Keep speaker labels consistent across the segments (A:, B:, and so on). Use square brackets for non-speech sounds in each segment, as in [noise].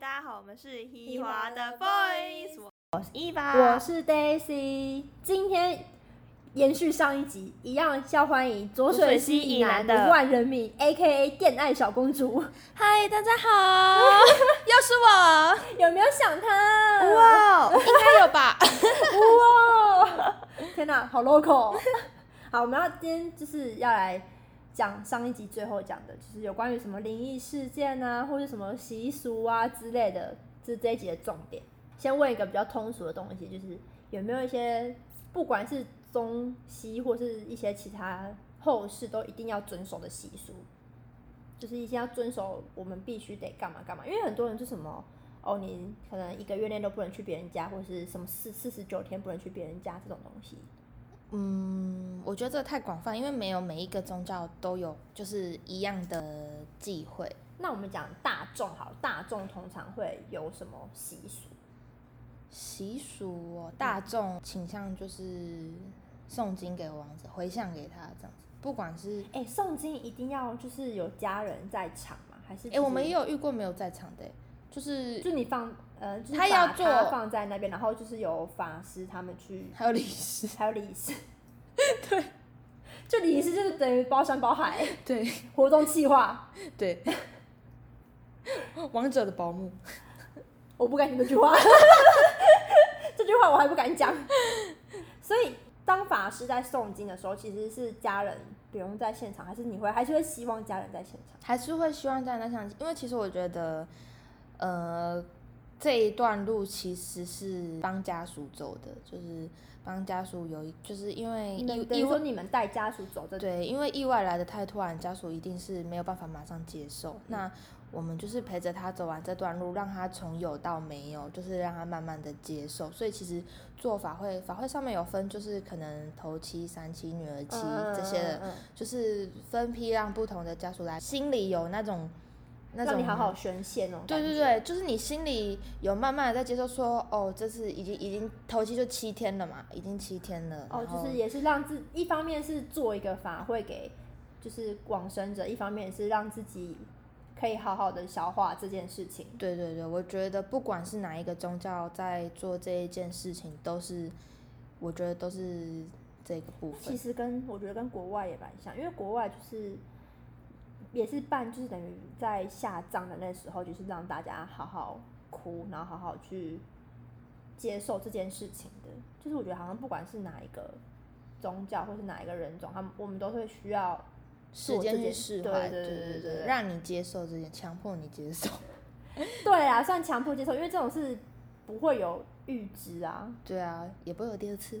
A: 大家好，我们是
B: 一
A: 一华
B: 华
A: 的
B: 的
A: boys，
B: boys
A: 我是伊娃，
B: 我是 Daisy，今天延续上一集，一样要欢迎左水溪以南的万人迷，A.K.A. 恋爱小公主。
C: 嗨，大家好，又是我，
B: [laughs] 有没有想她？
A: 哇 [laughs] 哦，
C: 应该有吧？
B: 哇！天哪，好 local！好，哦 [laughs] 我们要今天就是要来讲上一集最后讲的，就是有关于什么灵异事件啊，或者什么习俗啊之类的，这是这一集的重点。先问一个比较通俗的东西，就是有没有一些不管是中西或是一些其他后世都一定要遵守的习俗，就是一定要遵守，我们必须得干嘛干嘛，因为很多人就什么。哦，你可能一个月内都不能去别人家，或是什么四四十九天不能去别人家这种东西。
C: 嗯，我觉得这太广泛，因为没有每一个宗教都有就是一样的忌讳。
B: 那我们讲大众好了，大众通常会有什么习俗？
C: 习俗、哦、大众倾向就是诵经给王子，回向给他这样子。不管是
B: 哎、诵经一定要就是有家人在场吗？还是、
C: 哎、我们也，有遇过没有在场的，就是
B: 就你放呃，就是
C: 他要
B: 把
C: 做
B: 它放在那边，然后就是有法师他们去，
C: 还有历史，
B: 还有礼仪师， [laughs] 对，就礼仪师就是等于包山包海
C: [laughs] 对
B: 活动计划。
C: 对，王者的保姆。
B: 我不敢讲这句话， [laughs] 这句话我还不敢讲。所以，当法师在诵经的时候，其实是家人不用在现场，还是你会还是会希望家人在现场？
C: 还是会希望家人在想，因为其实我觉得，呃，这一段路其实是帮家属走的，就是帮家属有一，就是因为
B: 你们
C: 意
B: 等
C: 意
B: 于说
C: 外，
B: 你们带家属走这，
C: 对，因为意外来的太突然，家属一定是没有办法马上接受。那我们就是陪着他走完这段路，让他从有到没有，就是让他慢慢的接受。所以其实做法会，法会上面有分，就是可能头七、三七、女儿七这些的
B: 嗯，嗯嗯
C: 就是分批让不同的家属来，心里有那种那
B: 嗯
C: 种
B: 让你好好宣泄那种。
C: 对对，对，就是你心里有慢慢的在接受说，哦，这次已经已经头期就七天了嘛，已经七天了。
B: 哦，
C: 然后
B: 就是也是让自一方面是做一个法会给就是往生者，一方面也是让自己可以好好的消化这件事情。
C: 对对对，我觉得不管是哪一个宗教在做这一件事情，都是我觉得都是这个部
B: 其
C: 分。
B: 实跟我觉得跟国外也蛮像，因为国外就是也是办，就是等于在下葬的那时候，就是让大家好好哭，然后好好去接受这件事情的。就是我觉得好像不管是哪一个宗教或是哪一个人种，他们我们都会需要
C: 时间去
B: 做
C: 释
B: 这件
C: 怀，
B: 对对
C: 对
B: 对对对
C: 让你接受这件，强迫你接受。 [laughs]
B: 对啊，算强迫接受，因为这种是不会有预知啊，
C: 对啊，也不会有第二次。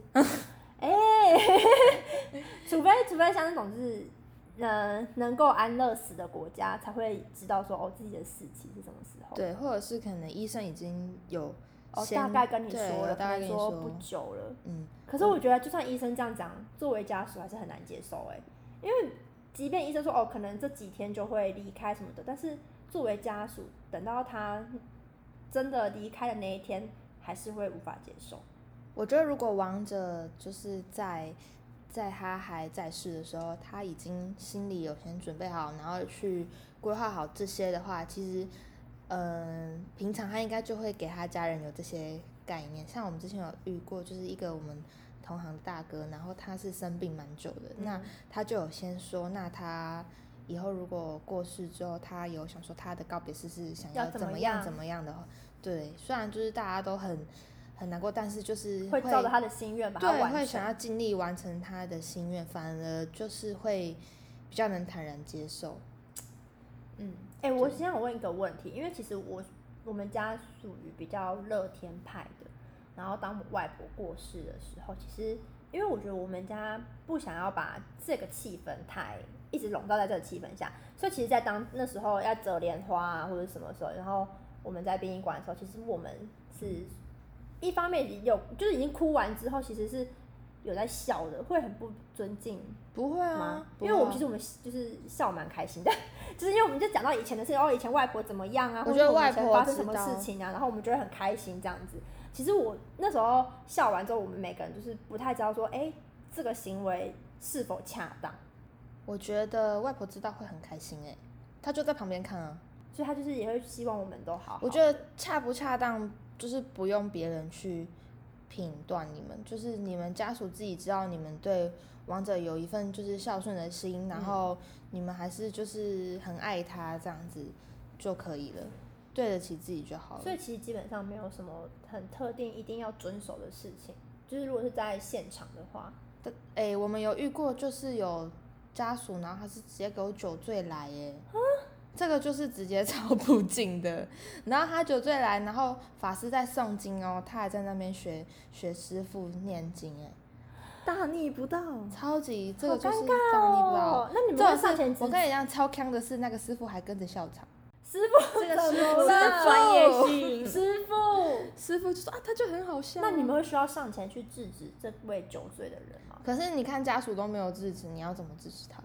B: 哎、除非除非像那种就是，呃，能够安乐死的国家，才会知道说哦自己的死期是什么时候。
C: 对，或者是可能医生已经有
B: 哦，
C: 先
B: 大概跟你
C: 对
B: 说了，
C: 有大概
B: 可能
C: 跟你
B: 说不久了。
C: 嗯，
B: 可是我觉得，就算医生这样讲，作为家属还是很难接受哎、因为即便医生说哦，可能这几天就会离开什么的，但是作为家属，等到他真的离开的那一天，还是会无法接受。
C: 我觉得如果王者就是在在他还在世的时候，他已经心里有先准备好，然后去规划好这些的话，其实，嗯、平常他应该就会给他家人有这些概念。像我们之前有遇过，就是一个我们同行的大哥，然后他是生病蛮久的，
B: 嗯
C: 那他就有先说，那他以后如果过世之后，他有想说他的告别式是想
B: 要
C: 要
B: 怎
C: 怎
B: 么
C: 么
B: 样
C: 样怎么样的话，对，虽然就是大家都很很难过，但是就是
B: 会照着他的心愿把它
C: 对
B: 完
C: 会
B: 成
C: 想。要尽力完成他的心愿，反而就是会比较能坦然接受。嗯，
B: 哎、我现在想问一个问题，因为其实我我们家属于比较乐天派的，然后当我外婆过世的时候，其实因为我觉得我们家不想要把这个气氛太一直笼罩在这个气氛下，所以其实，在当那时候要折莲花啊或者什么时候，然后我们在殡仪馆的时候，其实我们是一方面已经有就是已经哭完之后，其实是有在笑的，会很不尊敬
C: 不会
B: 吗
C: 啊？，
B: 嗯因为我们其
C: 其实
B: 实我们就是笑蛮开心的，就是因为我们就讲到以前的事情，哦，以前外婆怎么样啊，
C: 我
B: 或
C: 觉
B: 者
C: 得
B: 我们以
C: 外
B: 前
C: 婆
B: 发生
C: 知
B: 什么事
C: 道
B: 情啊，然后我们就会很开心这样子。其实我那时候笑完之后，我们每个人就是不太知道说，哎、这个行为是否恰当。
C: 欸我觉得外婆知道会很开心哎、她就在旁边看啊。
B: 所以他就是也会希望我们都好好。
C: 我觉得恰不恰当，就是不用别人去评断你们，就是你们家属自己知道你们对王者有一份就是孝顺的心，然
B: 嗯
C: 后你们还是就是很爱他这样子就可以了，对得起自己就好了。
B: 所以其实基本上没有什么很特定一定要遵守的事情，就是如果是在现场的话，
C: 但，哎、我们有遇过，就是有家属，然后他是直接给我酒醉来、耶，
B: 啊
C: 哎，这个就是直接超不敬的。 [laughs] 然后他酒醉来，然后法师在诵经哦，他还在那边学学师傅念经、哎，
A: 大逆不道，
C: 超级这
B: 好
C: 个就是
B: 尴
C: 大逆不道。
B: 哦，那你
C: 这
B: 们会
C: 种
B: 上前
C: 是，
B: 制
C: 我
B: 止
C: 跟你讲，超坑的是，那个师傅还跟着笑场。
B: 师傅
C: 这
B: 怎么
C: 个师傅
B: 了
A: 是专业性
B: 师傅，
C: 师傅就说啊，他就很好笑啊。
B: 那你们会需要上前去制止这位酒醉的人吗？
C: 可是你看家属都没有制止，你要怎么制止他？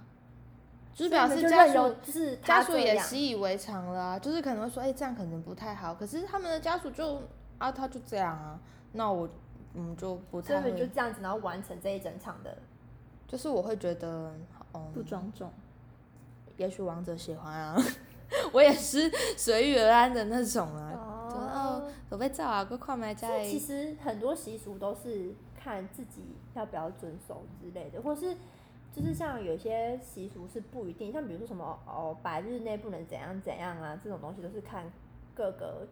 C: 就
B: 所
C: 是
B: 以
C: 表
B: 你们
C: 示
B: 就
C: 家
B: 任
C: 属
B: 由是
C: 家
B: 他
C: 属
B: 这
C: 也
B: 样，
C: 习以为常了啊，就是可能会说，哎、这样可能不太好。可是他们的家属就啊，他就这样啊，那我嗯就不
B: 所以
C: 太
B: 你们就
C: 会，
B: 这样子，然后完成这一整场的。
C: 就是我会觉得，嗯，
A: 不庄重。
C: 也许王者喜欢啊， [laughs] 我也是随遇而安的那种啊，就
B: 哦
C: 哦，，我被照啊，快快买家
B: 所以其
C: 里，
B: 实很多习俗都是看自己要不要遵守之类的，或是就是像有些习俗是不一定，像比如说什么哦，百日内不能怎样怎样啊，这种东西都是看各个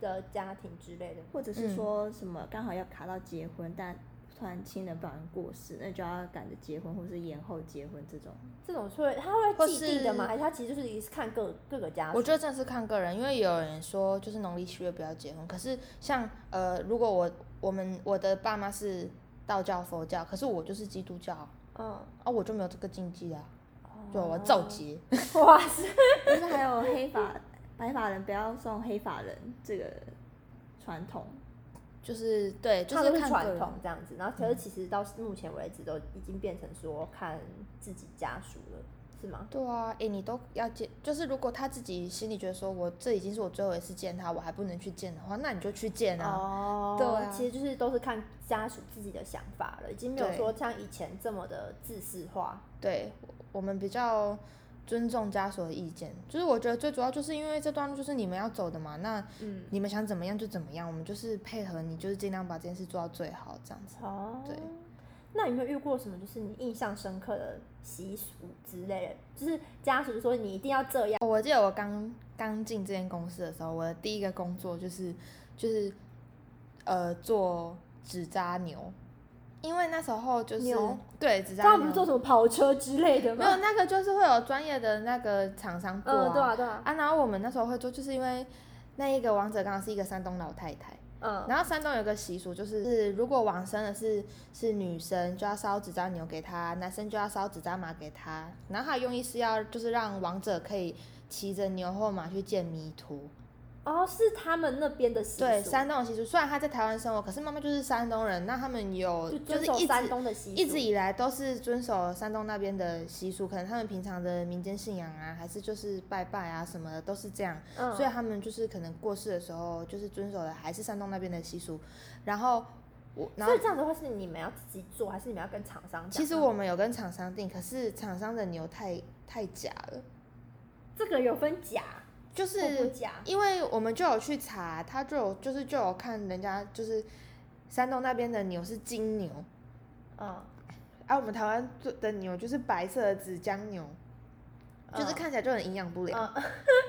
B: 的家庭之类的。
A: 或者是
C: 嗯
A: 说什么刚好要卡到结婚，但突然亲人不小心过世，那就要赶着结婚，或是延后结婚这种。
B: 这种是会他会
C: 或
B: 既定的吗？
C: 是
B: 还是他其实就是一是看各各个家属？
C: 我觉得这是看个人，因为有人说就是农历七月不要结婚，可是像呃，如果我我们我的爸妈是道教、佛教，可是我就是基督教啊，
B: 嗯， [laughs]
C: 啊我就没有这个禁忌啊。对，我
B: 哦
C: 造劫。
B: 哇塞，
A: 但是还有黑发白发人不要送黑发人这个传统。
C: 就是对，就
B: 他们都
C: 是看个
B: 传
C: 人
B: 统这样子，然后可是其实到目前为止都已经变成说看自己家属了，是吗？
C: 对啊，诶，你都要见，就是如果他自己心里觉得说我这已经是我最后一次见他，我还不能去见的话，那你就去见啊。
B: 哦
C: 对啊
B: 其实就是都是看家属自己的想法了，已经没有
C: 对
B: 说像以前这么的自私化。
C: 对，我们比较尊重家属的意见，就是我觉得最主要就是因为这段路就是你们要走的嘛，那
B: 嗯，
C: 你们想怎么样就怎么样，我们就是配合你，就是尽量把这件事做到最好这样子。
B: 哦，
C: 对。
B: 那有没有遇过什么就是你印象深刻的习俗之类的？就是家属说你一定要这样，
C: 哦我记得我刚刚进这间公司的时候，我的第一个工作就是就是呃做纸扎牛，因为那时候就是
B: 牛
C: 对纸
B: 他
C: 扎
B: 们不是做
C: 牛
B: 什么跑车之类的
C: 没有
B: 吗？
C: 那个就是会有专业的那个厂商做
B: 嗯，对
C: 啊,、
B: 啊，对啊，
C: 然后我们那时候会做，就是因为那一个王者刚好是一个山东老太太。
B: 嗯，
C: 然后山东有个习俗，就是是如果往生的是是女生，就要烧纸扎牛给她；男生就要烧纸扎马给她。然后它的用意是要就是让亡者可以骑着牛或马去见迷途。
B: 哦，是他们那边的习俗，
C: 对，山东的习俗，虽然他在台湾生活，可是妈妈就是山东人，那他们有
B: 就
C: 就
B: 遵
C: 是
B: 守
C: 一
B: 山
C: 直
B: 东的习俗，
C: 一直以来都是遵守山东那边的习俗，可能他们平常的民间信仰啊，还是就是拜拜啊什么的，都是这样。
B: 嗯，
C: 所以他们就是可能过世的时候，就是遵守的还是山东那边的习俗。然后我，然后
B: 所以这样的话是你们要自己做，还是你们要跟厂商讲？啊
C: 其实我们有跟厂商订，可是厂商的牛太太假了，
B: 这个有分假
C: 就
B: 或哦不
C: 是
B: 假，
C: 因为我们就有去查，他就有就是就有看人家就是山东那边的牛是金牛，啊
B: 嗯，
C: 而、我们台湾做的牛就是白色的纸浆牛，就
B: 嗯
C: 是看起来就很营养不良。
B: 嗯，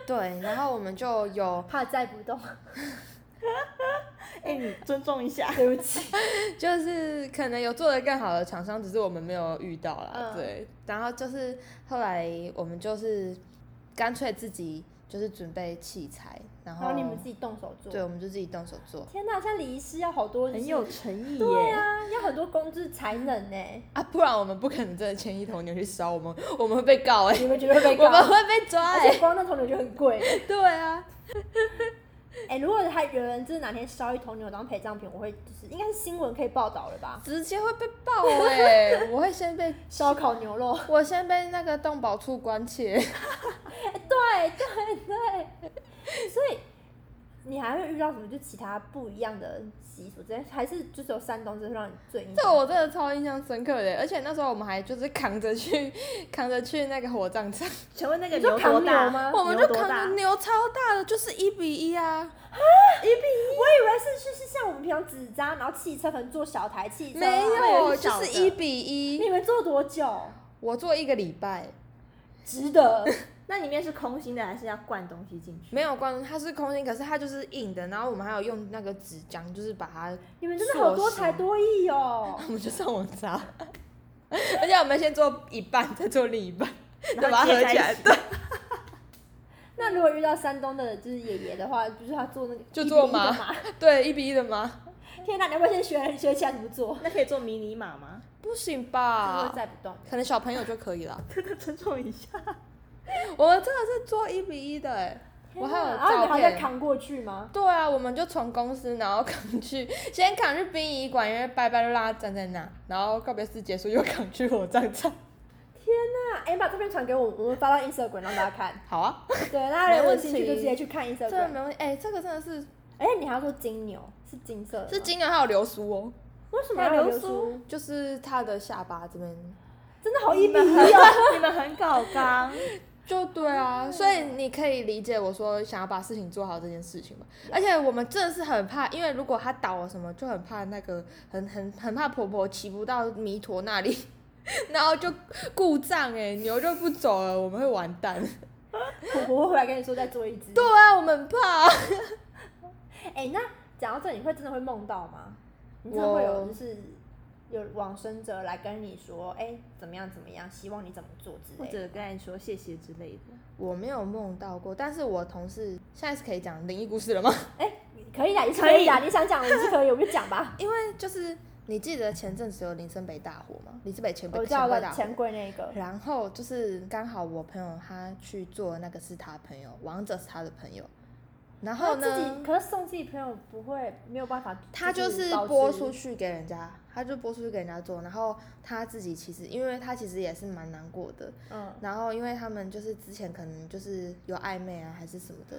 C: 对，然后我们就有
B: 怕载不动，
A: 哎、你尊重一下。
B: 对不起。
C: 就是可能有做的更好的厂商，只是我们没有遇到啦。
B: 嗯
C: 对，然后就是后来我们就是干脆自己就是准备器材，然后
B: 然后你们自己动手做。
C: 对，我们就自己动手做
B: 天哪，像礼仪师要好多，
A: 很有诚意耶！
B: 对啊，要很多工具才能呢。
C: 啊，不然我们不可能真的牵一头牛去烧，我们我们会被告哎、
B: 你们绝对被告
C: 我， [laughs] 们会被抓
B: 而
C: 哎、
B: 且光那头牛就很贵。
C: 对啊，
B: [laughs] 哎，如果还有人就是哪天烧一头牛当陪葬品，我会就是应该是新闻可以报道了吧？
C: 直接会被爆哎、我会先被
B: 烧烤牛肉，
C: 我先被那个动保处关切。
B: 对对对，所以你还会遇到什么就其他不一样的习俗之类？还是就只有山东是让你最印象深刻？
C: 这我真的超印象深刻的，而且那时候我们还就是扛着去，扛着去那个火葬场，
A: 请问那个
B: 你说
A: 牛多
B: 扛
A: 大
B: 啊牛吗
C: 我们
A: 牛
C: 就
A: 多
C: 扛
A: 大
C: 着？牛超大的，就是一比一啊，
B: 我以为是就是像我们平常纸扎，然后汽车可能坐小台汽车啊，
C: 没
B: 然后
C: 有，
B: 是
C: 就
B: 小的
C: 是一比一
B: 你，们坐多久？
C: 我做一个礼拜，
B: 值
C: [laughs]
B: 得。
A: 那里面是空心的，还是要灌东西进去？
C: 没有关，它是空心，可是它就是硬的，然后我们还有用那个纸浆，就是把它，！
B: 你们真的好多才多艺哦
C: 我们就上网查，而且我们先做一半，再做另一半，再
A: 然
C: 把它
A: 后接
C: 合
A: 在
C: 起
A: 一
C: 来，
A: 起
C: 对，
B: 那如果遇到山东的，就是爷爷的话，就是他做那个
C: 就
B: 一比一
C: 做
B: 的
C: 嘛
B: 嘛。
C: 对，一比一的吗？
B: 天哪，你要不要先学学起来怎么做？
A: 那可以做迷你马吗？
C: 不行
B: 啊，
C: 吧？
B: 载不动。
C: 可能小朋友就可以了。
A: 真的 [laughs] 尊重一 [laughs] 下。
C: 我们真的是做一比一的、欸，我还有
B: 然后你们
C: 照
B: 还在
C: 片。
B: 扛过去吗？
C: 对啊，我们就从公司，然后扛去，先扛去殡仪馆，因为拜拜就让他站在那，然后告别式结束又扛去火葬场。
B: 那哎，把照片传给我，我们发到 Instagram 让大家看。
C: 好啊，
B: 对，大家如
C: 没
B: 果有
C: 问
B: 兴趣就直
C: 题
B: 接去看
C: 这个
B: Instagram。
C: 没问题。哎、这个真的是
B: 而哎且你还要说金牛是金色的吗，
C: 是金牛还有流苏哦，
B: 为什么
A: 还有
B: 要
A: 流
B: 流
A: 苏
B: 苏？
C: 就是他的下巴这边。
B: 真的好一比
A: 你
B: 一
A: 们
B: 哦！
A: 很你们很搞刚，
C: 就对啊，所以你可以理解我说想要把事情做好这件事情吧。而且我们真的是很怕，因为如果他倒了什么，就很怕那个，很很很怕婆婆骑不到弥陀那里， [laughs] 然后就故障哎、牛就不走了，我们会完蛋。
B: 婆婆会回来跟你说再做一只。
C: [laughs] 对啊，我们很怕。
B: 哎、那讲到这，你会真的会梦到吗？你真的会有
C: 我
B: 就是有往生者来跟你说，哎、怎么样怎么样，希望你怎么做之
A: 或
B: 类的。
A: 者跟你说谢谢之类的。
C: 我没有梦到过，但是我同事现在是可以讲灵异故事
B: [laughs]
C: 了吗？
B: 哎、可以啦，也是
A: 可以
B: 可以啦，你想讲我是可以，我们就讲
C: [laughs]
B: 吧。
C: 因为就是你记得前阵子有林森北大火吗？林森北前北
B: 我
C: 前
B: 叫
C: 北
B: 了
C: 大火
B: 钱。柜那个，
C: 然后就是刚好我朋友他去做那个是他朋友，王者是他的朋友，然后
B: 他自己
C: 呢，
B: 可是送自己朋友不会没有办法，
C: 他
B: 就
C: 就是
B: 保
C: 播
B: 持
C: 出去给人家，他就播出去给人家做，然后他自己其实因为他其实也是蛮难过的，
B: 嗯。
C: 然后因为他们就是之前可能就是有暧昧啊还是什么的，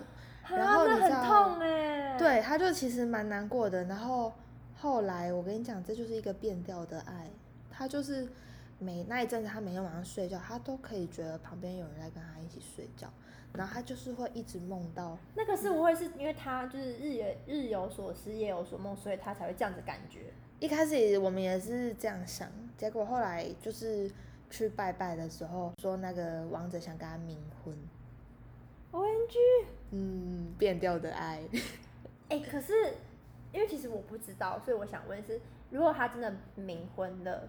C: 然
B: 啊
C: 后
B: 那
C: 你知
B: 很
C: 道
B: 痛哎、，
C: 对，他就其实蛮难过的。然后后来我跟你讲，这就是一个变调的爱，他就是每那一阵子，他每天晚上睡觉，他都可以觉得旁边有人在跟他一起睡觉，然后他就是会一直梦到，
B: 那个是不会是因为他就是日有日有所思夜有所梦，所以他才会这样子感觉。
C: 一开始我们也是这样想，结果后来就是去拜拜的时候说那个王者想跟他冥婚，
B: O N G，
C: 嗯，变调的爱，
B: 哎、可是因为其实我不知道，所以我想问是，如果他真的冥婚了，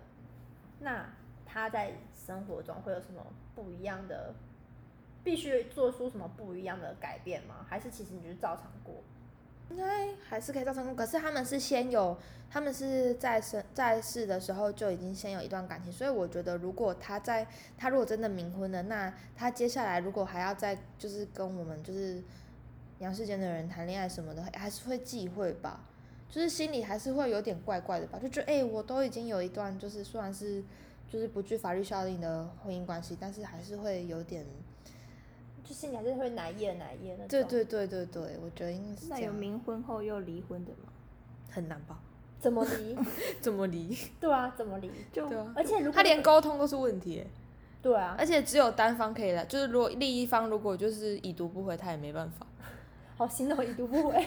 B: 那他在生活中会有什么不一样的？必须做出什么不一样的改变吗？还是其实你就是照常过？
C: 应该还是可以造成，可是他们是先有，他们是在生在世的时候就已经先有一段感情，所以我觉得如果他在他如果真的冥婚了，那他接下来如果还要再就是跟我们就是阳世间的人谈恋爱什么的，还是会忌讳吧，就是心里还是会有点怪怪的吧，就觉得哎、诶我都已经有一段就是虽然是就是不具法律效力的婚姻关系，但是还是会有点，
B: 就心里还是会奶夜奶夜那种。
C: 对，对对对对，我觉得应该是
A: [laughs] 那
C: 这
A: 有
C: 样，
A: 冥婚后又离婚的吗？
C: 很难吧？ [laughs]
B: 怎么 [laughs] 离？
C: 怎么离？
B: 对啊，怎么离？
A: 就
C: 对啊
B: 而且如果
C: 他连沟通都是问题耶，
B: 对啊，
C: 而且只有单方可以来，就是如果另一方如果就是已读不回，他也没办法。 [laughs]
B: 好心动已读不回，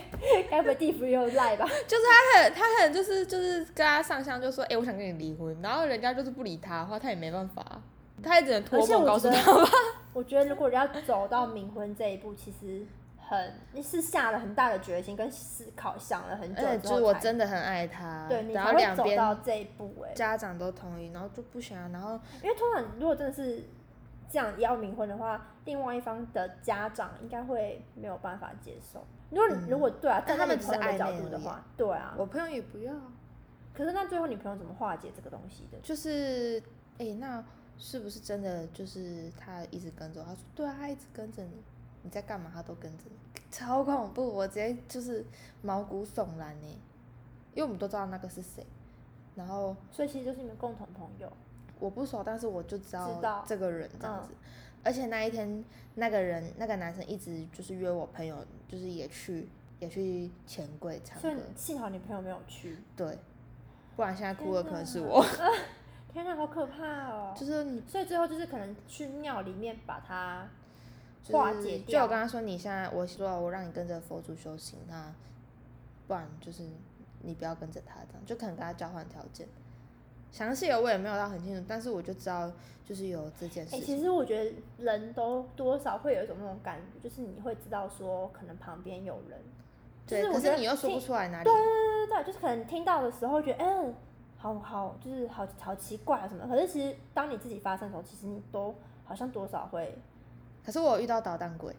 B: 该不会地府也有赖吧？
C: 就是他很他很就是就是跟他上香就说，哎、我想跟你离婚，然后人家就是不理他的话，他也没办法啊，他也只能托
B: 而且
C: 梦
B: 我
C: 告
B: 觉
C: 诉
B: 得
C: 他 [laughs] 吧。
B: 我觉得如果要走到冥婚这一步，其实很你是下了很大的决心跟思考，想了很久之后
C: 嗯，
B: 才，
C: 就是我真的很爱他，
B: 对你
C: 然
B: 才
C: 后
B: 会
C: 两
B: 走
C: 边
B: 到这一步哎、
C: 家长都同意，然后就不想啊，然后
B: 因为通常如果真的是这样要冥婚的话，另外一方的家长应该会没有办法接受。如果、
C: 嗯
B: 如果对啊，
C: 但
B: 站在
C: 他们
B: 女
C: 只是
B: 朋友的
C: 暧
B: 角
C: 昧
B: 度的
C: 而已
B: 话，对啊。
C: 我朋友也不要啊，
B: 可是那最后女朋友怎么化解这个东西的？
C: 就是哎、那是不是真的就是他一直跟着我？他说对啊，他一直跟着你，你在干嘛？他都跟着你， [laughs] 超恐怖！我直接就是毛骨悚然呢，因为我们都知道那个是谁，然后
B: 所以其实就是你们共同朋友，
C: 我不熟，但是我就知
B: 知道
C: 道这个人这样
B: 嗯
C: 子。而且那一天，那个人那个男生一直就是约我朋友，就是也去也去钱柜唱
B: 所
C: 歌
B: 以，幸好你朋友没有去。
C: 对，不然现在哭的可能是
B: 天
C: 我。 [laughs]
B: 天哪，好 [laughs] 可怕哦！
C: 就是你
B: 所以最后就是可能去庙里面把它
C: 就是
B: 化解
C: 嗯就
B: 掉。
C: 我跟他说，你现在我说我让你跟着佛祖修行，那不然就是你不要跟着他这样，就可能跟他交换条件。详细的我也没有到很清楚，但是我就知道就是有这件
B: 哎、
C: 事
B: 其
C: 情。
B: 实我觉得人都多少会有一种那种感觉，就是你会知道说可能旁边有人。
C: 对，
B: 就是我
C: 可
B: 觉
C: 是
B: 得
C: 你又说
B: 听
C: 不出来哪里
B: 对。啊对对对，就是可能听到的时候觉得，嗯，好好，就是好好奇怪啊什么的。可是其实当你自己发生的时候，其实你都好像多少会，
C: 可是我有遇到捣蛋鬼，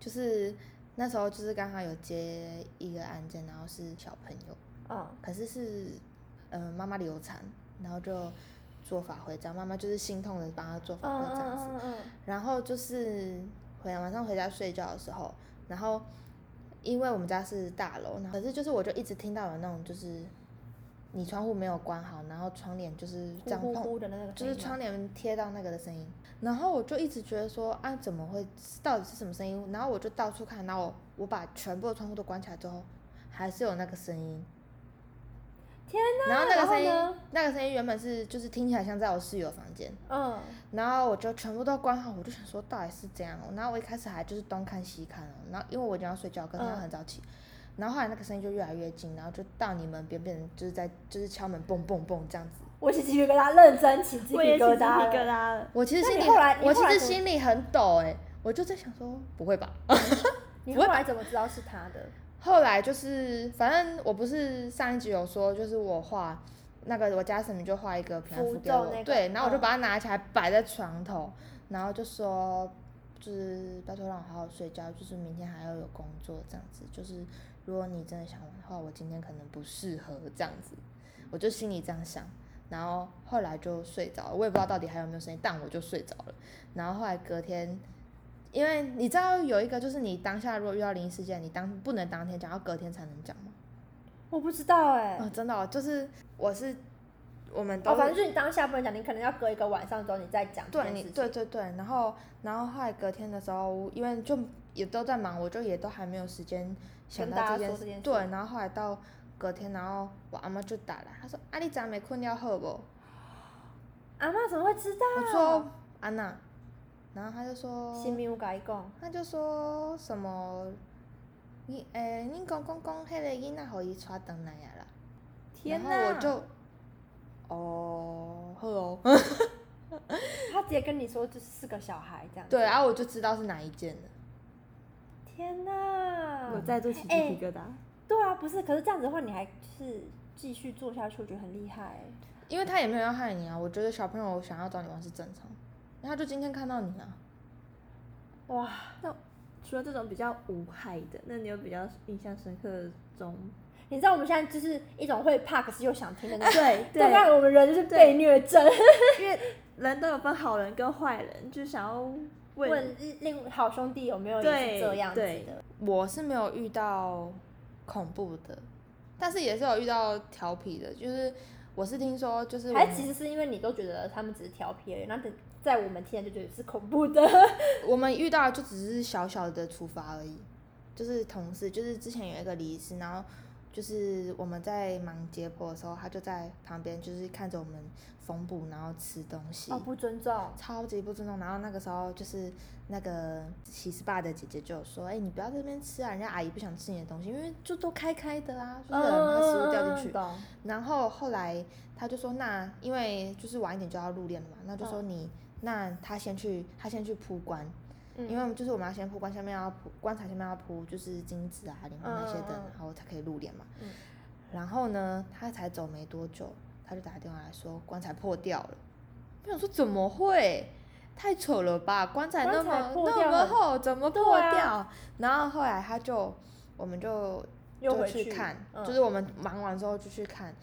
C: 就是那时候就是刚好有接一个案件，然后是小朋友，
B: 嗯，
C: 可是是嗯妈妈流产，然后就做法会这样，妈妈就是心痛的帮他做法
B: 嗯
C: 会这样子。
B: 嗯嗯嗯
C: 然后就是回晚上回家睡觉的时候，然后因为我们家是大楼，然后可是就是我就一直听到有那种就是你窗户没有关好，然后窗帘就是
B: 嗯，
C: 这样
B: 呼
C: 碰，
B: 呼呼的那个声音吗，
C: 就是窗帘贴到那个的声音。然后我就一直觉得说啊，怎么会到底是什么声音？然后我就到处看，然后我我把全部的窗户都关起来之后，还是有那个声音。
B: 天哪！
C: 然后那个
B: 然
C: 声
B: 后
C: 音
B: 呢，
C: 那个声音原本是就是听起来像在我室友房间，
B: 嗯，
C: 然后我就全部都关好，我就想说到底是怎样哦、然后我一开始还就是东看西看哦、然后因为我已经要睡觉，跟他
B: 嗯
C: 很早起。然后后来那个声音就越来越近，然后就到你们边变成就是在就是敲门蹦蹦蹦这样子。
B: 我起鸡皮疙瘩，认真起鸡皮
A: 我也起鸡
B: 疙
A: 皮疙
B: 瘩
A: 瘩
B: 了。
A: 了。
C: 我其实
B: 那
C: 心
B: 你
C: 里
B: 后
C: 很
B: 来你后
C: 我其
B: 来
C: 实
B: 怎么
C: 心里很抖哎、我就在想说不会吧。
B: 你后来怎么知道是他的？
C: 后来就是反正我不是上一集有说，就是我画那个我家神明就画一个平安符
B: 符
C: 给
B: 咒
C: 我，
B: 那个
C: 对，然后我就
B: 嗯
C: 把它拿起来摆在床头，然后就说就是拜托让我好好睡觉，就是明天还要有工作这样子，就是如果你真的想玩的话，我今天可能不适合这样子，我就心里这样想。然后后来就睡着了，我也不知道到底还有没有声音，但我就睡着了。然后后来隔天，因为你知道有一个就是你当下如果遇到灵异事件，你当不能当天讲，要隔天才能讲吗？
B: 我不知道哎、
C: 哦，真的、哦，就是我是我们都
B: 哦，
C: 是、
B: 反正就是你当下不能讲，你可能要隔一个晚上之后你再讲这
C: 对
B: 件
C: 你
B: 事情。
C: 对对对，然后然后后来隔天的时候，因为就也都在忙，我就也都还没有时间想
B: 跟大
C: 到这
B: 家
C: 件
B: 说
C: 事。
B: 这件事
C: 对，然后后来到隔天，然后我阿妈就打来，她说：“啊，你昨晚没困掉好不？”
B: 阿妈怎么会知道？
C: 我说：“安娜。”然后她就说：“
B: 新民我跟伊讲，
C: 他就说什么，你诶、恁公公讲迄个囡仔，互伊带回来啊啦。
A: 天
C: 然
A: 哪！
C: 后我就，哦，好哦，
B: 他直接跟你说就是四个小孩这样。
C: 对，啊然、后我就知道是哪一件了。
B: 天哪！
A: 我再度起鸡
B: 哎
A: 皮疙瘩。
B: 对啊，不是，可是这样子的话，你还就是继续做下去，我觉得很厉害欸。
C: 因为他也没有要害你啊，我觉得小朋友想要找你玩是正常，然后他就今天看到你啊，
B: 哇，
A: 那除了这种比较无害的，那你有比较印象深刻的中？
B: 你知道我们现在就是一种会怕，可是又想听的那
C: [laughs]
B: 种。
A: [laughs] 对
B: 对，但我们人就是被虐症。 [laughs]
A: 因为人都有分好人跟坏人，就想要问
B: 问另好兄弟有没有也是
A: 对
B: 这样子
A: 对
B: 的？
C: 我是没有遇到恐怖的，但是也是有遇到调皮的，就是我是听说就是我
B: 还
C: 们
B: 是其实是因为你都觉得他们只是调皮而已，那等在我们听来就觉得是恐怖的。
C: 我们遇到就只是小小的处罚而已，就是同事，就是之前有一个离师，然后就是我们在忙解剖的时候，他就在旁边就是看着我们缝补，然后吃东西，
B: 哦，不尊重。
C: 超级不尊重。然后那个时候就是那个洗 SPA 的姐姐就有说：“哎、你不要在那边吃啊，人家阿姨不想吃你的东西，因为就都开开的啊，就是很怕食物掉进去。
B: 嗯嗯嗯懂
C: 然后后来他就说，那因为就是晚一点就要入殓了嘛，那就说你，那他先去，他先去铺棺，
B: 嗯
C: 因为就是我们要先铺棺，下面要铺棺材，下面要铺就是金子啊、灵魂那些的，
B: 嗯嗯嗯
C: 然后才可以入殓嘛。
B: 嗯
C: 然后呢，他才走没多久，他就打电话来说棺材破掉了。我想说怎么会？太扯了吧！棺材那
B: 棺材
C: 么
B: 破
C: 那
B: 掉
C: 么
B: 了
C: 厚，怎么
B: 对
C: 破
B: 啊
C: 掉？然后后来他就，我们就
B: 又
C: 就
B: 回
C: 去
B: 去
C: 看，
B: 嗯
C: 就是我们忙完之后就去看，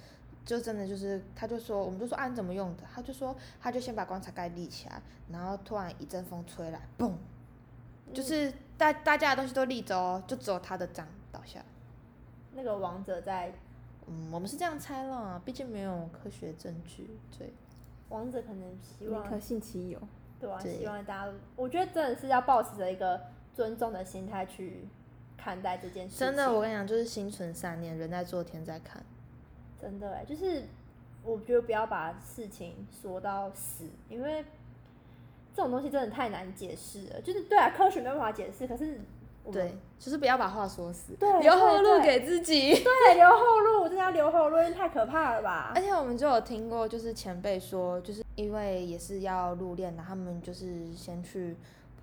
C: 就真的就是，他就说，我们就说啊你怎么用的，他就说他就先把棺材盖立起来，然后突然一阵风吹来，嘣，
B: 嗯
C: 就是大大家的东西都立着哦，就只有他的这样倒下来。
B: 那个王者在，
C: 嗯，我们是这样猜啦，毕竟没有科学证据，对，
B: 王者可能希
A: 你
B: 望
A: 可信其 [laughs] 有。
B: 对啊，
C: 对
B: 希望大家，我觉得真的是要保持着一个尊重的心态去看待这件事情。
C: 真的，我跟你讲，就是心存善念，人在做天在
B: 嗯
C: 看。
B: 真的哎、就是我觉得不要把事情说到死，因为这种东西真的太难解释了。就是对啊，科学没办法解释，可是我们
C: 对，就是不要把话说死，
B: 对
C: 留后
B: 对对
C: 路给自己。
B: 对留后路，我真的要留后路，因为太可怕了吧
C: 而？且我们就有听过，就是前辈说，就是因为也是要入殓的，他们就是先去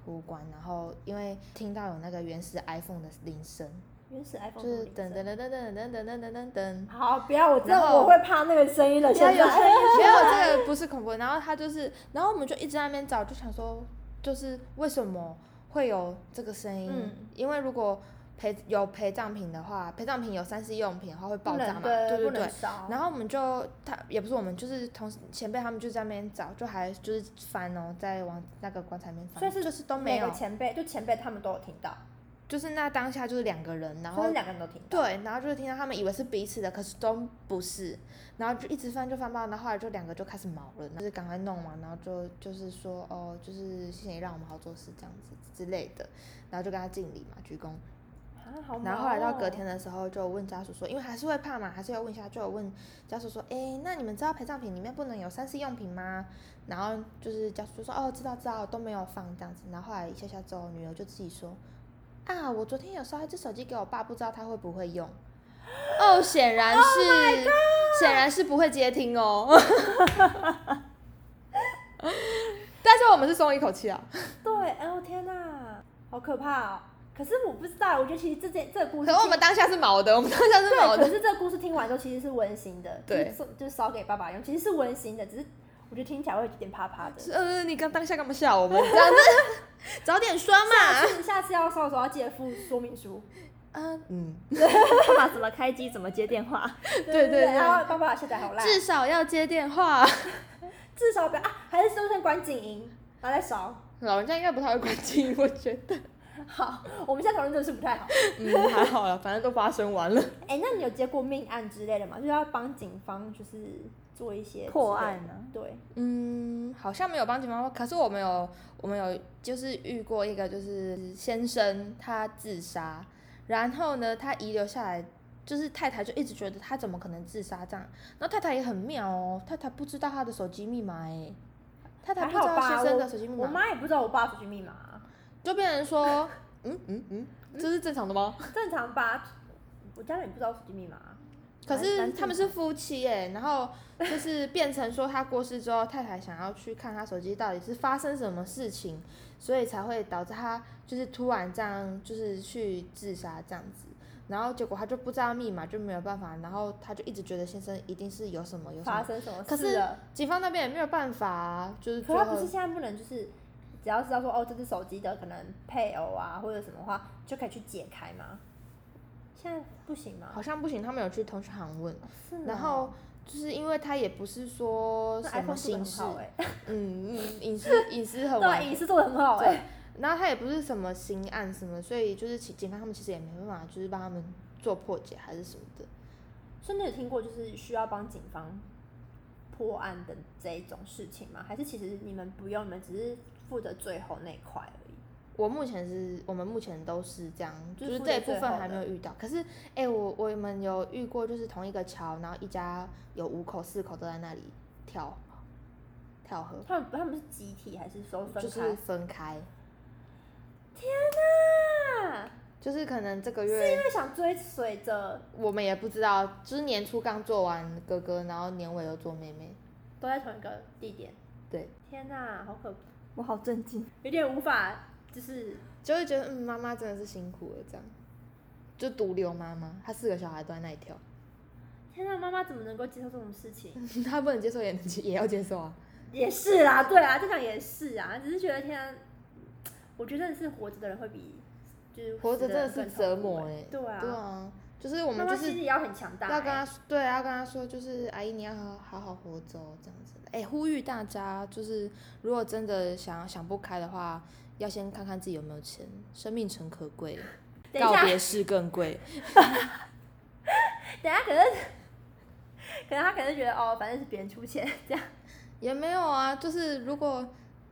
C: 普关，然后因为听到有那个原始 iPhone 的铃声，
B: 原始
C: 就
B: iPhone
C: 是
B: 的
C: 噔
B: 铃声
C: 噔噔噔噔噔噔噔噔噔。
B: 好，不要，我真的
C: 然后
B: 我会怕那个声音了。
C: 现在
B: 现
C: 有声
B: 在
C: 音，没有这个不是恐怖。然后他就是，然后我们就一直在那边找，就想说，就是为什么会有这个声音？
B: 嗯
C: 因为如果陪有陪葬品的话，陪葬品有三 C 用品的话会爆
B: 不
C: 炸
B: 能
C: 嘛？
B: 对，
C: 对
B: 不
C: 对
B: 能。烧。
C: 然后我们就他也不是我们，就是同事前辈他们就在那边找，就还就是翻哦，在往那个棺材里面翻，
B: 所以是
C: 就是都没
B: 每
C: 有
B: 个，前辈，就前辈他们都有听到，
C: 就是那当下就是两个人，然
B: 所
C: 后
B: 以两个人都听到。
C: 对，然后就是听到他们以为是彼此的，可是都不是，然后就一直翻就翻不到，然后后来就两个就开始毛了，就是赶快弄嘛，然后就就是说哦，就是谢谢你让我们好做事这样子之类的，然后就跟他敬礼嘛，鞠躬，
B: 啊，好毛哦。
C: 然后后来到隔天的时候，就问家属说，因为还是会怕嘛，还是要问一下，就有问家属说，哎、那你们知道陪葬品里面不能有三 C 用品吗？然后就是家属就说，哦，知道知道，都没有放这样子。然后后来一下下之后，女儿就自己说，啊，我昨天有烧一只手机给我爸，不知道他会不会用。哦，显
B: [laughs]
C: 然
B: Oh
C: 是，显、然是不会接听哦。但是我们是松了一口气啊。
B: 对，哎呦天哪，好可怕哦！可是我不知道，我觉得其实这件这个故
C: 可
B: 事
C: 是
B: 听，
C: 我们当下是毛的，我们当下是毛
B: 对，可
C: 的。
B: 是这个故事听完之后其实是温馨的，
C: 对
B: 就是送，就是烧给爸爸用，其实是温馨的，只是我觉得听起来会有点怕怕的。
C: 是呃，你刚当下干嘛笑我们？这样子， [laughs] 早点说嘛。
B: 是下次要烧的时候要记得附说明书，
C: 嗯嗯，
A: 爸爸怎么开机，怎么接电话？
B: 对
C: 对对对
B: 然后爸爸下载好烂，
C: 至少要接电话。
B: 至少不要啊，还是都先关静音，然后再烧。
C: 老人家应该不太会关机，我觉得。
B: 好，我们现在讨论真的是不太好。
C: 嗯，还好了，反正都发生完了。
B: 哎、那你有接过命案之类的吗？就是要帮警方就是做一些
A: [laughs] 破
B: 之类
A: 案
B: 的
A: 啊
B: 对，
C: 嗯，好像没有帮警方，可是我们有，我们有就是遇过一个，就是先生他自杀，然后呢，他遗留下来。就是太太就一直觉得他怎么可能自杀这样，然后太太也很妙哦，太太不知道他的手机密码哎，太
B: 还
C: 太不知
B: 好
C: 道
B: 吧，
C: 先生的手啊机密
B: 我
C: 码，
B: 我妈也不知道我爸手机密码啊、
C: 就变成说， [laughs] 嗯嗯嗯，这是正常的吗？
B: 正常吧？我家人也不知道我手机密码啊、
C: 可
A: 蛮
C: 是
A: 蛮
C: 他们是夫妻耶，然后就是变成说他过世之后，太太想要去看他手机到底是发生什么事情，所以才会导致他就是突然这样就是去自杀这样子，然后结果他就不知道密码就没有办法，然后他就一直觉得先生一定是有什么有什
B: 发
C: 么，
B: 生什么
C: 可
B: 事
C: 是
B: 了？
C: 警方那边也没有办法、啊，就是
B: 可
C: 最
B: 他
C: 后
B: 不是现在不能就是只要知道说哦，这只手机的可能配偶啊或者什么话就可以去解开吗？现在不行吗？
C: 好像不行，他们有去通讯行问，
B: 是哦
C: 然后。就是因为他也不是说
B: 那
C: 什
B: iPhone 做
C: 么
B: 的
C: 形
B: 很
C: 式，
B: 好哎、欸，
C: 嗯嗯，隐私
B: [laughs]
C: 隐私很
B: 对啊，
C: 完
B: 隐私做的很好哎、欸，
C: 然后他也不是什么新案什么，所以就是其警方他们其实也没办法，就是帮他们做破解还是什么的。
B: 所以你有听过就是需要帮警方破案的这一种事情吗？还是其实你们不用，你们只是负责最后那一块而已？
C: 我目前是我们目前都是这样，
B: 就
C: 就是是
B: 负
C: 这
B: 责
C: 一部
B: 最
C: 分
B: 后
C: 还没有遇到。可是，哎、我我们有遇过，就是同一个桥，然后一家有五口四口都在那里跳跳河，
B: 他们他们是集体还是说分
C: 就
B: 开？
C: 是分开，
B: 啊
C: 就是可能这个
B: 是啊因
C: 月
B: 为想追随着
C: 我们也不知道，就是年初刚做完哥哥，然后年尾又做妹妹，
B: 都在同一个地点。
C: 对，
B: 天哪、好可，
A: 我好震惊。
B: 有点无法，就是
C: 就会觉得嗯，妈妈真的是辛苦了，这样就独留妈妈，她四个小孩都在那里跳， [laughs]
B: 天哪、妈妈怎么能够接受这种事情？
C: 她不能接受也能接也要接受啊。
B: 也是啦，对啊，这场也是啊，只是觉得天啊、我觉得真的是活着的人会比就是
C: 活着
B: 死
C: 真的是
B: 更痛
C: 折
B: 苦
C: 磨
B: 欸
C: 哎、
B: 对啊，
C: 对啊，就是我
B: 妈
C: 们
B: 妈
C: 就
B: 心
C: 是
B: 里要很强大、
C: 要跟
B: 欸
C: 她说对啊，要跟她说就是阿姨你要好好好活着哦这样子的。哎、呼吁大家就是如果真的想想不开的话，要先看看自己有没有钱，生命诚可贵，
B: [laughs] 等一
C: 告
B: 下，
C: 别式更贵。
B: 等一下，可是，可能他可能觉得哦，反正是别人出钱这样。
C: 也没有啊，就是如果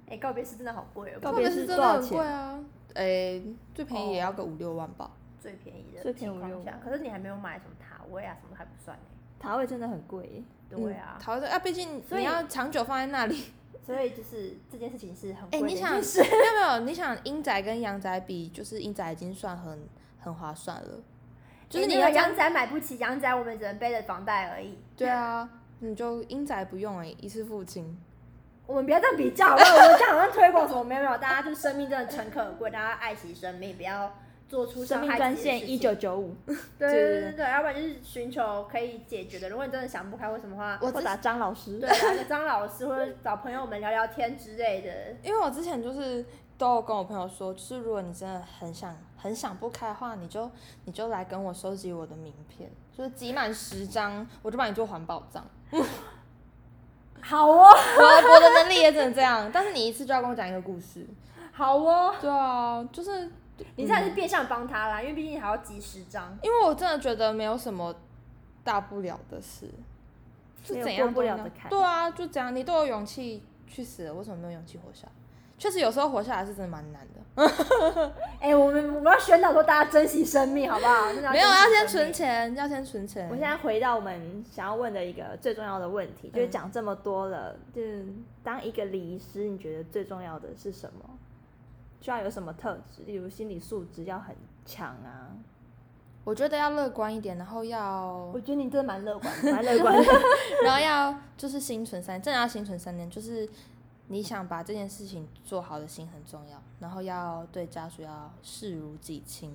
B: 哎、告别式真的好贵哦，
A: 告
C: 特
A: 别
C: 别
A: 式
C: 是
A: 多
C: 真
A: 少
C: 的很
A: 钱
C: 贵啊，哎、最便宜也
B: 哦
C: 要个五六万吧。
B: 最便宜的
A: 最便宜
B: 情况
A: 我
B: 下
A: 有，
B: 可是你还没有买什么塔位啊，什么都还不算哎、
A: 塔位真的很贵耶，
B: 对啊，
C: 桃子啊，毕竟
B: 所以
C: 你要长久放在那里。
B: 所以就是这件事情是很
C: [laughs] 哎、
B: 贵的
C: 你
B: 一
C: 想
B: 件事。
C: 没有没有？ [laughs] 你想阴宅跟阳宅比，就是阴宅已经算很很划算了，就是
B: 哎
C: 你
B: 那
C: 要
B: 个
C: 这样
B: 阳宅买不起，阳宅我们只能背着房贷而已。
C: [laughs] 对啊， [laughs] 你就阴宅不用哎、一次付清。
B: 我们不要这样比较，好不好？我们这样好像推广什么没有没有，大家就是生命真的诚可贵，大家爱惜生命，不要做出
A: 生
B: 伤
A: 命
B: 害
A: 专
B: 自己的
A: 线
B: 事
A: 一
B: 情
A: 九九五，
B: 对
C: 对
B: 对
C: 对
B: 对对，要不然就是寻求可以解决的。如果你真的想不开或什么话，
C: 我
A: 或
C: 之
A: 打张老师。
B: 对，找个张老师或者找朋友们聊聊天之类的。
C: 因为我之前就是都有跟我朋友说，就是如果你真的很想很想不开的话，你就你就来跟我收集我的名片，就是集满十张，我就帮你做环保账。
B: 好哦，
C: 我的我的能力也只能这样，但是你一次就要跟我讲一个故事。
B: 好哦，
C: 对啊，就是
B: 你这样
C: 嗯
B: 是变相帮他啦，因为毕竟还要集十张。
C: 因为我真的觉得没有什么大不了的事，就
A: 没有
C: 怎样
A: 过不
C: 都
A: 了
C: 能
A: 的坎
C: 对啊，就怎样，你都有勇气去死了，为什么没有勇气活下来？确实有时候活下来是真的蛮难的。
B: 哎、我们我们要宣导说大家珍惜生命，好不好？真的
C: 没有，要
B: 珍惜
C: 先
B: 生
C: 存
B: 命。
C: 钱，要先存钱。
A: 我现在回到我们想要问的一个最重要的问题，就是
C: 嗯
A: 讲这么多了，就是当一个礼仪师，你觉得最重要的是什么？需要有什么特质？例如心理素质要很强
B: [laughs]
A: 啊，
C: 我觉得要乐观一点，然后要
B: 我，觉得你真的蛮乐观的。
A: 蛮乐观的。
B: [laughs]
C: 然后要就是心存三，真的要心存三念，就是你想把这件事情做好的心很重要，然后要对家属要视如己亲，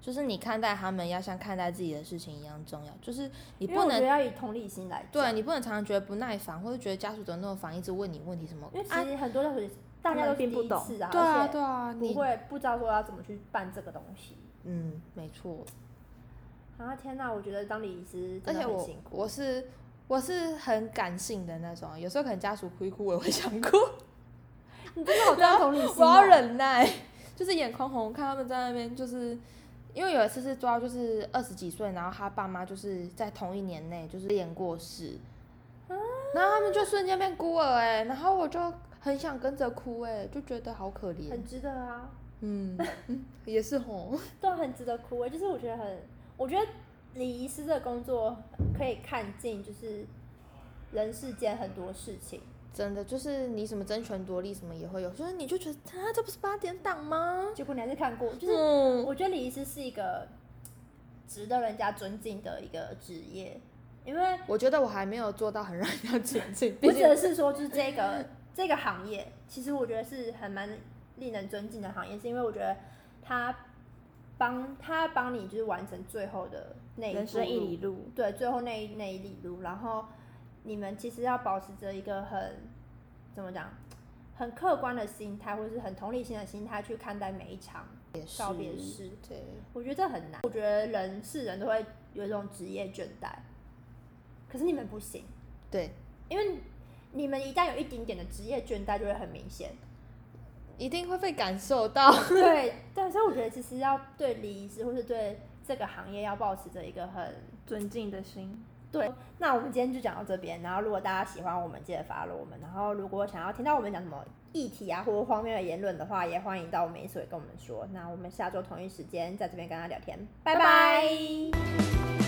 C: 就是你看待他们要像看待自己的事情一样重要，就是你
B: 因为
C: 不
B: 我觉得
C: 能
B: 要以同理心来讲
C: 对你不能常常觉得不耐烦，或者觉得家属怎么那么烦，一直问你问题什么
B: 因为其实很多家属大家
A: 他
B: 都
A: 们
B: 是
A: 并不
B: 第一
A: 懂
B: 次啊，
C: 对啊
B: 而且
C: 对啊，
B: 不
C: 你
B: 会不知道说要怎么去办这个东西。
C: 嗯，没错。
B: 啊天哪，我觉得当礼仪师
C: 而
B: 真的
C: 且
B: 很
C: 我
B: 辛苦。
C: 我是我是很感性的那种，有时候可能家属哭一哭，我也会想哭，
B: 你真的有这样同理心、
C: 啊
B: 哦
C: 我要。忍耐，就是眼眶红，看他们在那边，就是因为有一次是抓，就是二十几岁，然后他爸妈就是在同一年内就是练过世，
B: 啊
C: 然后他们就瞬间变孤儿哎、然后我就很想跟着哭哎、就觉得好可怜
B: 很，值得啊， [laughs]
C: 嗯嗯，也是吼，
B: 都很值得哭、欸。就是我觉得很，我觉得礼仪师这个工作可以看尽就是人世间很多事情。
C: 真的就是你什么争权夺利什么也会有，就是你就觉得啊，这不是八点档吗？
B: 结果你还是看过，就是
C: 嗯，
B: 我觉得礼仪师是一个值得人家尊敬的一个职业，因为
C: 我觉得我还没有做到很让人家 [laughs] 尊敬，
B: 我
C: 毕
B: 指
C: 竟
B: 的是说，就是这个这个行业，其实我觉得是很蛮令人尊敬的行业，是因为我觉得他帮他帮你就是完成最后的那一
A: 人生一里
B: 路，
A: 路，
B: [laughs] 对，最后那一那一里路，然后你们其实要保持着一个很怎么讲，很客观的心态，或者是很同理心的心态去看待每一场告别式。
C: 对，
B: 我觉得这很难。我觉得人是人都会有一种职业倦怠，可是你们不行，
C: 对，
B: 因为你们一旦有一丁点的职业倦怠，就会很明显。
C: 一定会被感受到。
B: 对对，所以我觉得其实要对礼仪师或是对这个行业要保持着一个很
A: 尊敬的心。
B: 对。那我们今天就讲到这边，然后如果大家喜欢我们，记得 follow 我们。然后如果想要听到我们讲什么议题啊，或者荒谬的言论的话，也欢迎到我们一所跟我们说。那我们下周同一时间在这边跟大家聊天，拜拜